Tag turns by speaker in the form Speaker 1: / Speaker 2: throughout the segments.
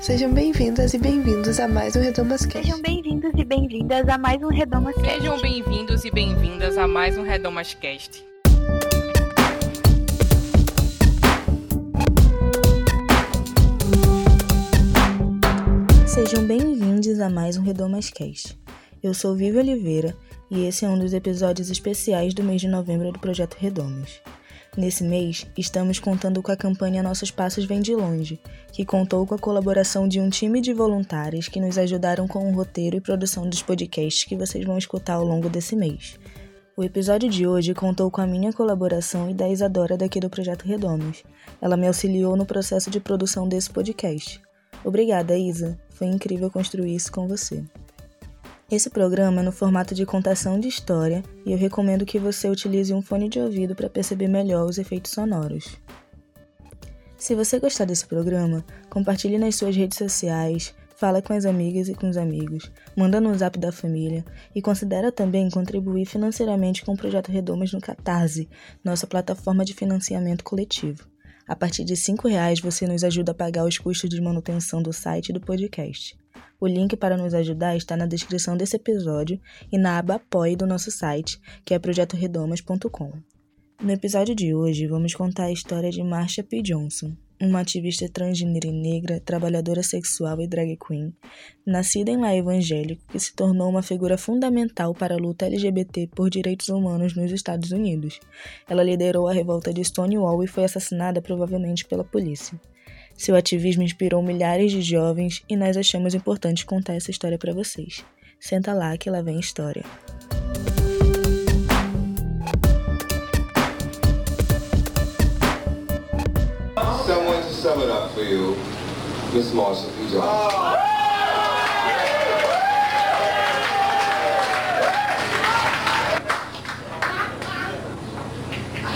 Speaker 1: Sejam bem-vindas e bem-vindos a mais um RedomasCast.
Speaker 2: Sejam bem-vindos e bem-vindas a mais um RedomasCast.
Speaker 3: Sejam bem-vindos e bem-vindas a mais um RedomasCast.
Speaker 4: Sejam bem-vindos a mais um RedomasCast. Eu sou Vivi Oliveira e esse é um dos episódios especiais do mês de novembro do Projeto Redomas. Nesse mês, estamos contando com a campanha Nossos Passos Vêm de Longe, que contou com a colaboração de um time de voluntários que nos ajudaram com o roteiro e produção dos podcasts que vocês vão escutar ao longo desse mês. O episódio de hoje contou com a minha colaboração e da Isadora daqui do Projeto Redomas. Ela me auxiliou no processo de produção desse podcast. Obrigada, Isa. Foi incrível construir isso com você. Esse programa é no formato de contação de história e eu recomendo que você utilize um fone de ouvido para perceber melhor os efeitos sonoros. Se você gostar desse programa, compartilhe nas suas redes sociais, fala com as amigas e com os amigos, manda no zap da família e considera também contribuir financeiramente com o Projeto Redomas no Catarse, nossa plataforma de financiamento coletivo. A partir de R$ 5,00 você nos ajuda a pagar os custos de manutenção do site e do podcast. O link para nos ajudar está na descrição desse episódio e na aba Apoie do nosso site, que é projetoredomas.com. No episódio de hoje, vamos contar a história de Marsha P. Johnson, uma ativista transgênero e negra, trabalhadora sexual e drag queen, nascida em lar evangélico que se tornou uma figura fundamental para a luta LGBT por direitos humanos nos Estados Unidos. Ela liderou a revolta de Stonewall e foi assassinada provavelmente pela polícia. Seu ativismo inspirou milhares de jovens e nós achamos importante contar essa história para vocês. Senta lá que lá vem história.
Speaker 5: Someone to sum it up for you, Miss Marshall P. Johnson.
Speaker 6: Oh,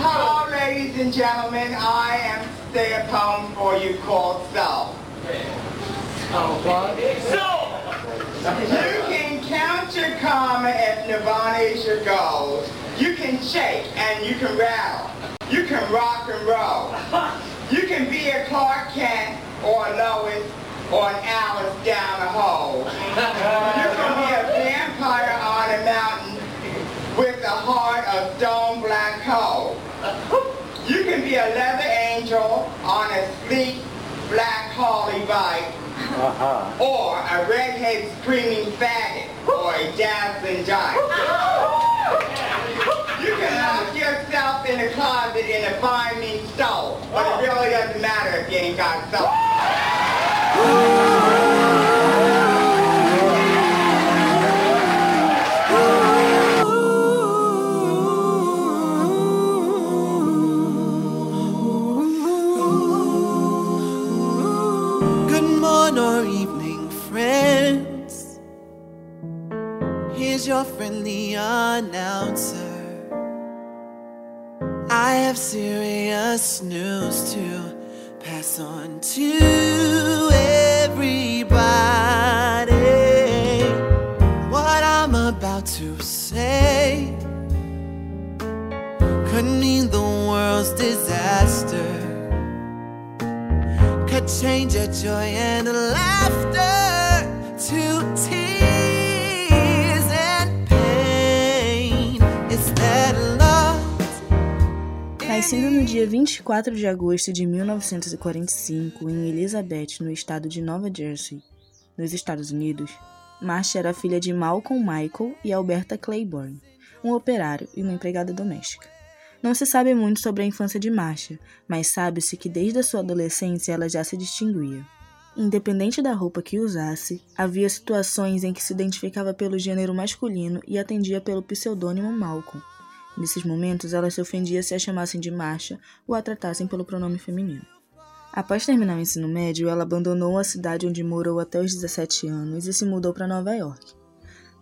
Speaker 6: Hello, ladies and gentlemen. I am stay at home for you called Sal. You can count your karma if Nirvana is your goal. You can shake and you can rattle. You can rock and roll. You can be a Clark Kent or a Lois or an Alice down the hole. You can be a vampire on a mountain with a heart of stone black coal. You can be a leather angel on a sleek black holly bike, or a redhead screaming faggot, or a dazzling giant. You can lock yourself in a closet in a fine mean stall, but it really doesn't matter if you ain't got soul.
Speaker 7: Good morning or evening, friends. Here's your friendly announcer. I have serious news to pass on to everybody. What I'm about to say could mean the world's disaster could change your joy and laughter to tears and pain. It's that love.
Speaker 4: Nascido no dia 24 de agosto de 1945 em Elizabeth, no estado de Nova Jersey, nos Estados Unidos, Marcia era filha de Malcolm Michael e Alberta Claiborne, um operário e uma empregada doméstica. Não se sabe muito sobre a infância de Marcia, mas sabe-se que desde a sua adolescência ela já se distinguia. Independente da roupa que usasse, havia situações em que se identificava pelo gênero masculino e atendia pelo pseudônimo Malcolm. Nesses momentos, ela se ofendia se a chamassem de Marcia ou a tratassem pelo pronome feminino. Após terminar o ensino médio, ela abandonou a cidade onde morou até os 17 anos e se mudou para Nova York.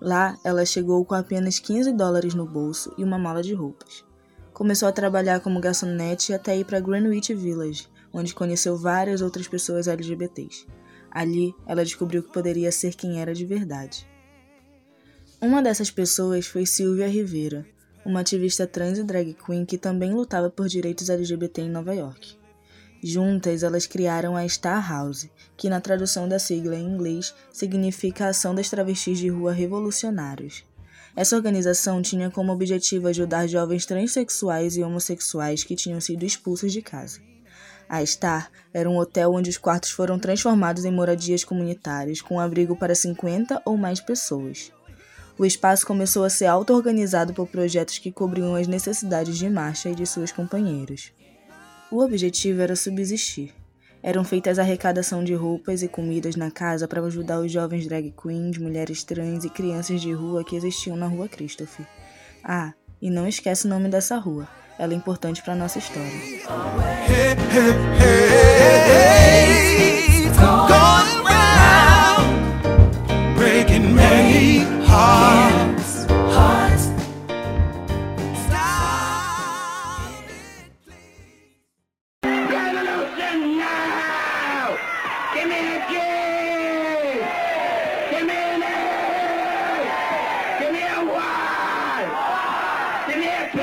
Speaker 4: Lá, ela chegou com apenas 15 dólares no bolso e uma mala de roupas. Começou a trabalhar como garçonete até ir para Greenwich Village, onde conheceu várias outras pessoas LGBTs. Ali, ela descobriu que poderia ser quem era de verdade. Uma dessas pessoas foi Sylvia Rivera, uma ativista trans e drag queen que também lutava por direitos LGBT em Nova York. Juntas, elas criaram a Star House, que na tradução da sigla em inglês significa Ação das Travestis de Rua Revolucionários. Essa organização tinha como objetivo ajudar jovens transexuais e homossexuais que tinham sido expulsos de casa. A Star era um hotel onde os quartos foram transformados em moradias comunitárias com abrigo para 50 ou mais pessoas. O espaço começou a ser auto-organizado por projetos que cobriam as necessidades de Marcha e de suas companheiras. O objetivo era subsistir. Eram feitas arrecadação de roupas e comidas na casa para ajudar os jovens drag queens, mulheres trans e crianças de rua que existiam na Rua Christopher. Ah, e não esquece o nome dessa rua. Ela é importante para nossa história.
Speaker 7: Hey, it's going round, breaking many hearts. Stop it, please.
Speaker 6: Revolution now! Give me a G! Give me an A! Give me a Y! Give me a P!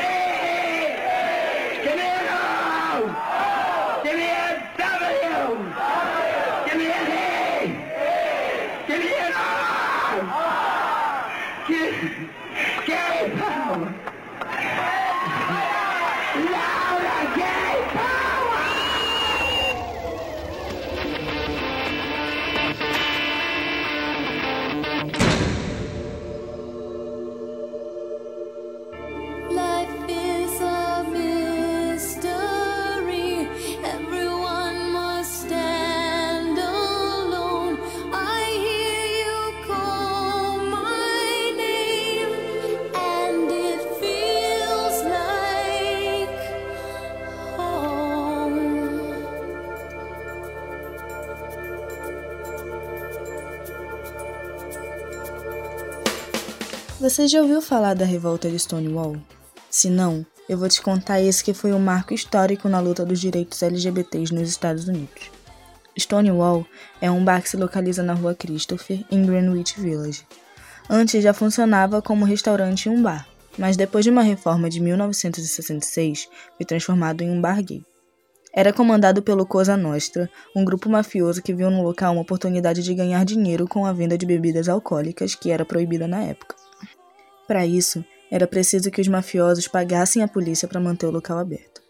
Speaker 6: Give me an O! Give me a W! Give me an E! Give me an R! Give, give power! Louder, gay power!
Speaker 8: Life is a mystery. Everyone must stand alone. I hear you call my name, and it feels like home.
Speaker 4: Você já ouviu falar da revolta de Stonewall? Se não, eu vou te contar esse que foi um marco histórico na luta dos direitos LGBTs nos Estados Unidos. Stonewall é um bar que se localiza na rua Christopher, em Greenwich Village. Antes já funcionava como restaurante e um bar, mas depois de uma reforma de 1966, foi transformado em um bar gay. Era comandado pelo Cosa Nostra, um grupo mafioso que viu no local uma oportunidade de ganhar dinheiro com a venda de bebidas alcoólicas que era proibida na época. Para isso, era preciso que os mafiosos pagassem a polícia para manter o local aberto.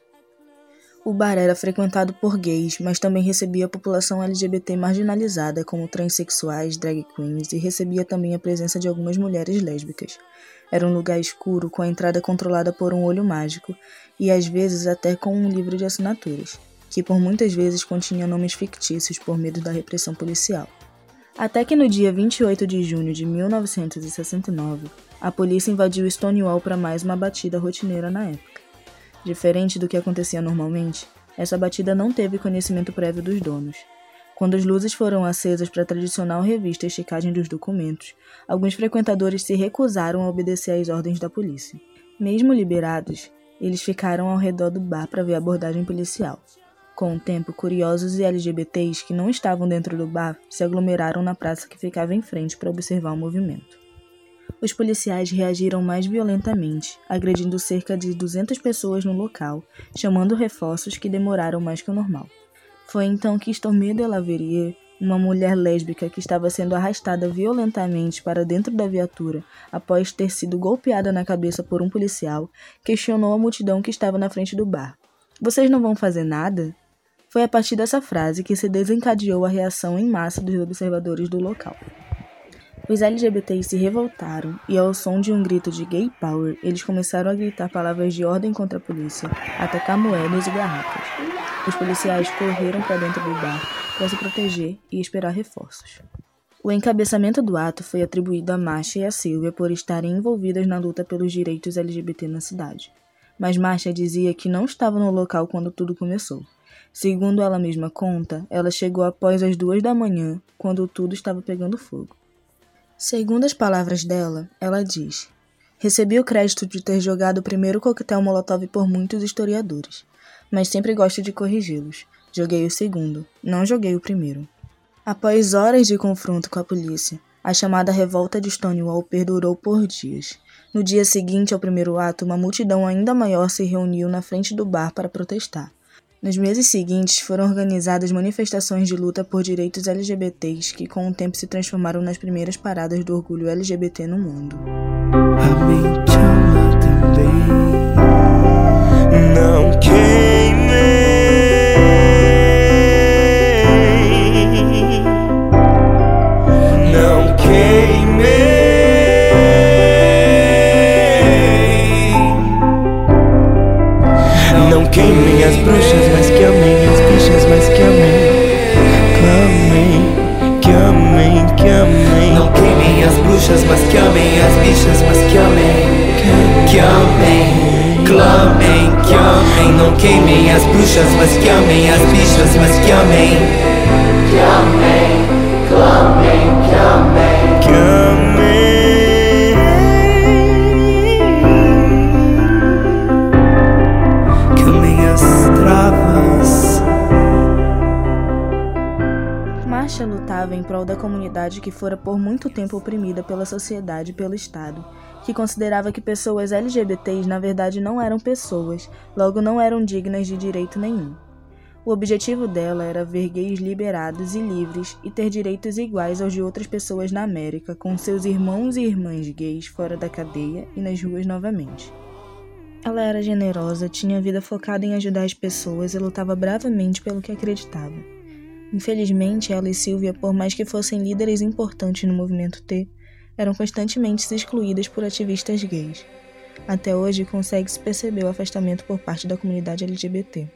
Speaker 4: O bar era frequentado por gays, mas também recebia a população LGBT marginalizada, como transexuais, drag queens, e recebia também a presença de algumas mulheres lésbicas. Era um lugar escuro, com a entrada controlada por um olho mágico, e às vezes até com um livro de assinaturas, que por muitas vezes continha nomes fictícios por medo da repressão policial. Até que no dia 28 de junho de 1969, a polícia invadiu Stonewall para mais uma batida rotineira na época. Diferente do que acontecia normalmente, essa batida não teve conhecimento prévio dos donos. Quando as luzes foram acesas para a tradicional revista e checagem dos documentos, alguns frequentadores se recusaram a obedecer às ordens da polícia. Mesmo liberados, eles ficaram ao redor do bar para ver a abordagem policial. Com o tempo, curiosos e LGBTs que não estavam dentro do bar se aglomeraram na praça que ficava em frente para observar o movimento. Os policiais reagiram mais violentamente, agredindo cerca de 200 pessoas no local, chamando reforços que demoraram mais que o normal. Foi então que Stormé de la Verrier, uma mulher lésbica que estava sendo arrastada violentamente para dentro da viatura após ter sido golpeada na cabeça por um policial, questionou a multidão que estava na frente do bar. Vocês não vão fazer nada? Foi a partir dessa frase que se desencadeou a reação em massa dos observadores do local. Os LGBTs se revoltaram e, ao som de um grito de gay power, eles começaram a gritar palavras de ordem contra a polícia, atacar moedas e garrafas. Os policiais correram para dentro do bar para se proteger e esperar reforços. O encabeçamento do ato foi atribuído a Marcha e a Silvia por estarem envolvidas na luta pelos direitos LGBT na cidade. Mas Marcha dizia que não estava no local quando tudo começou. Segundo ela mesma conta, ela chegou após as duas da manhã, quando tudo estava pegando fogo. Segundo as palavras dela, ela diz: Recebi o crédito de ter jogado o primeiro coquetel Molotov por muitos historiadores, mas sempre gosto de corrigi-los. Joguei o segundo, não joguei o primeiro. Após horas de confronto com a polícia, a chamada revolta de Stonewall perdurou por dias. No dia seguinte ao primeiro ato, uma multidão ainda maior se reuniu na frente do bar para protestar. Nos meses seguintes, foram organizadas manifestações de luta por direitos LGBTs que, com o tempo, se transformaram nas primeiras paradas do orgulho LGBT no mundo.
Speaker 7: A minha chama também não queimei. Não queimei. Não queimei as bruxas, mas que amei as bichas, mas que amei. Clamei, que amei, que amei.
Speaker 9: Não queimem as bruxas, mas que amem as bichas, mas que amem, que amem, clamem, que amem. Não queimem as bruxas, mas que amem as bichas, mas que amem, que amem, clamem, que amem.
Speaker 7: Que amei, que amei as travas.
Speaker 4: Marcha lutava em prol da comunidade que fora por muito tempo oprimida pela sociedade e pelo Estado, que considerava que pessoas LGBTs na verdade não eram pessoas, logo não eram dignas de direito nenhum. O objetivo dela era ver gays liberados e livres e ter direitos iguais aos de outras pessoas na América, com seus irmãos e irmãs gays fora da cadeia e nas ruas novamente. Ela era generosa, tinha vida focada em ajudar as pessoas e lutava bravamente pelo que acreditava. Infelizmente, ela e Sylvia, por mais que fossem líderes importantes no movimento T, eram constantemente excluídas por ativistas gays. Até hoje, consegue-se perceber o afastamento por parte da comunidade LGBT.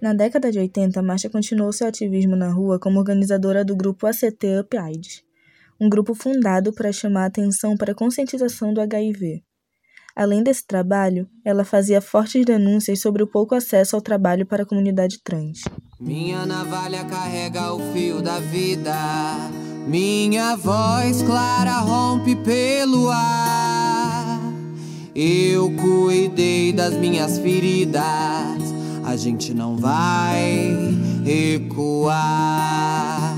Speaker 4: Na década de 80, Marcia continuou seu ativismo na rua como organizadora do grupo ACT Up AIDS, um grupo fundado para chamar a atenção para a conscientização do HIV. Além desse trabalho, ela fazia fortes denúncias sobre o pouco acesso ao trabalho para a comunidade trans.
Speaker 7: Minha navalha carrega o fio da vida. Minha voz clara rompe pelo ar. Eu cuidei das minhas feridas. A gente não vai recuar.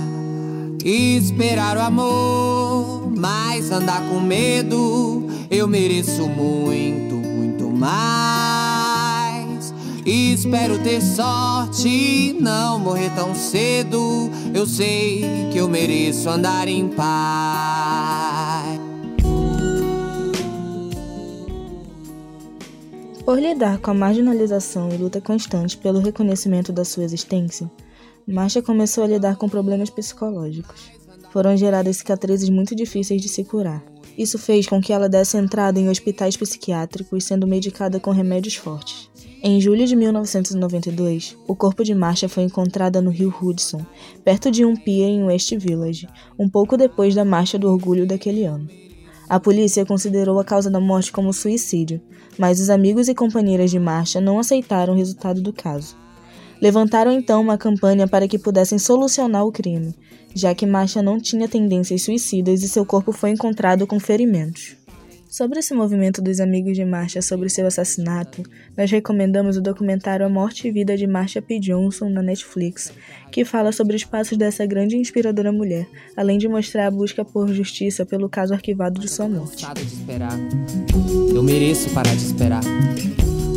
Speaker 7: Esperar o amor, mas andar com medo. Eu mereço muito, muito mais. Espero ter sorte, não morrer tão cedo. Eu sei que eu mereço andar em paz.
Speaker 4: Por lidar com a marginalização e luta constante pelo reconhecimento da sua existência, Marcia começou a lidar com problemas psicológicos. Foram geradas cicatrizes muito difíceis de se curar. Isso fez com que ela desse entrada em hospitais psiquiátricos, sendo medicada com remédios fortes. Em julho de 1992, o corpo de Marcia foi encontrado no rio Hudson, perto de um pier em West Village, um pouco depois da Marcha do Orgulho daquele ano. A polícia considerou a causa da morte como suicídio, mas os amigos e companheiras de marcha não aceitaram o resultado do caso. Levantaram então uma campanha para que pudessem solucionar o crime, já que Marcha não tinha tendências suicidas e seu corpo foi encontrado com ferimentos. Sobre esse movimento dos amigos de Marcha sobre seu assassinato, nós recomendamos o documentário A Morte e Vida de Marcha P. Johnson na Netflix, que fala sobre os passos dessa grande e inspiradora mulher, além de mostrar a busca por justiça pelo caso arquivado de sua morte.
Speaker 7: cansado de esperar. Eu mereço parar de esperar.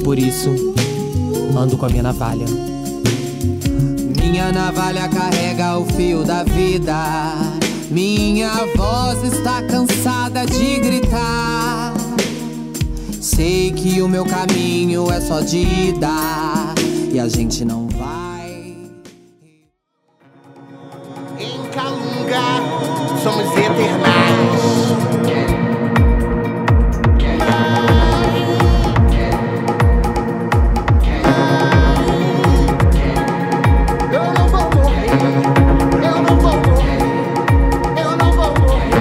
Speaker 7: Por isso, ando com a minha navalha. Minha navalha carrega o fio da vida. Minha voz está cansada de gritar. Sei que o meu caminho é só de ida. E a gente não vai.
Speaker 10: Em Calunga somos eternais. Eu não vou morrer. Eu não vou morrer. Eu não vou morrer.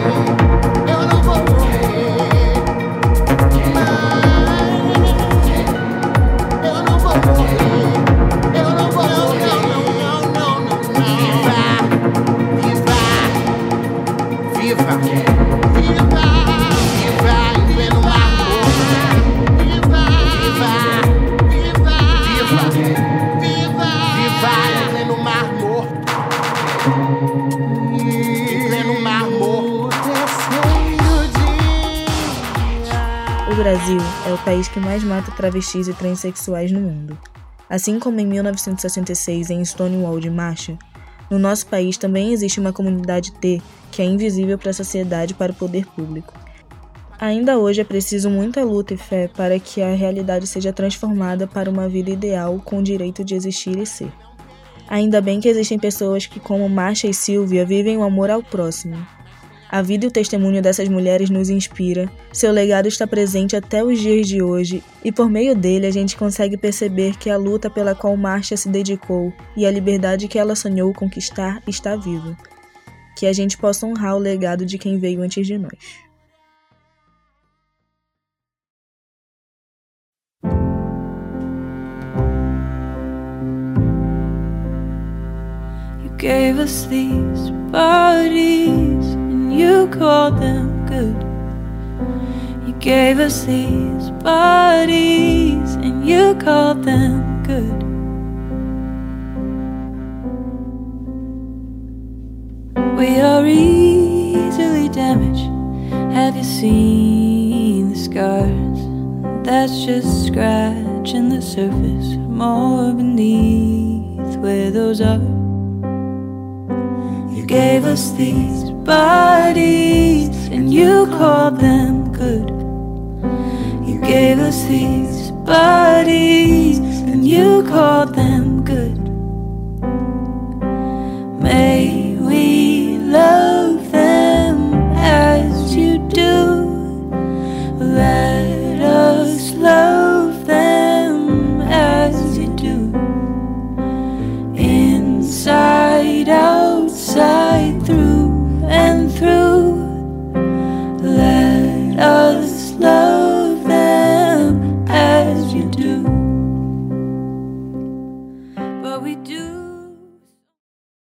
Speaker 10: Eu não vou morrer. Eu não vou morrer. Eu não vou morrer. Não, não, não, não, não. Viva! Viva! Viva! Viva! Viva! Viva no amor. Viva! Viva! Viva! Viva! Viva! Viva! Viva no mar morto. Viva no mar morto.
Speaker 4: O Brasil é o país que mais mata travestis e transexuais no mundo. Assim como em 1966 em Stonewall de Marcha, no nosso país também existe uma comunidade T que é invisível para a sociedade e para o poder público. Ainda hoje é preciso muita luta e fé para que a realidade seja transformada para uma vida ideal com o direito de existir e ser. Ainda bem que existem pessoas que, como Marcha e Silvia, vivem o amor ao próximo. A vida e o testemunho dessas mulheres nos inspira, seu legado está presente até os dias de hoje, e por meio dele a gente consegue perceber que a luta pela qual Marcha se dedicou e a liberdade que ela sonhou conquistar está viva. Que a gente possa honrar o legado de quem veio antes de nós.
Speaker 10: gave us these bodies and you called them good. You gave us these bodies and you called them good. We are easily damaged. Have you seen the scars? That's just scratching the surface, more beneath where those are. You gave us these bodies and you called them good. You gave us these bodies and you called them good.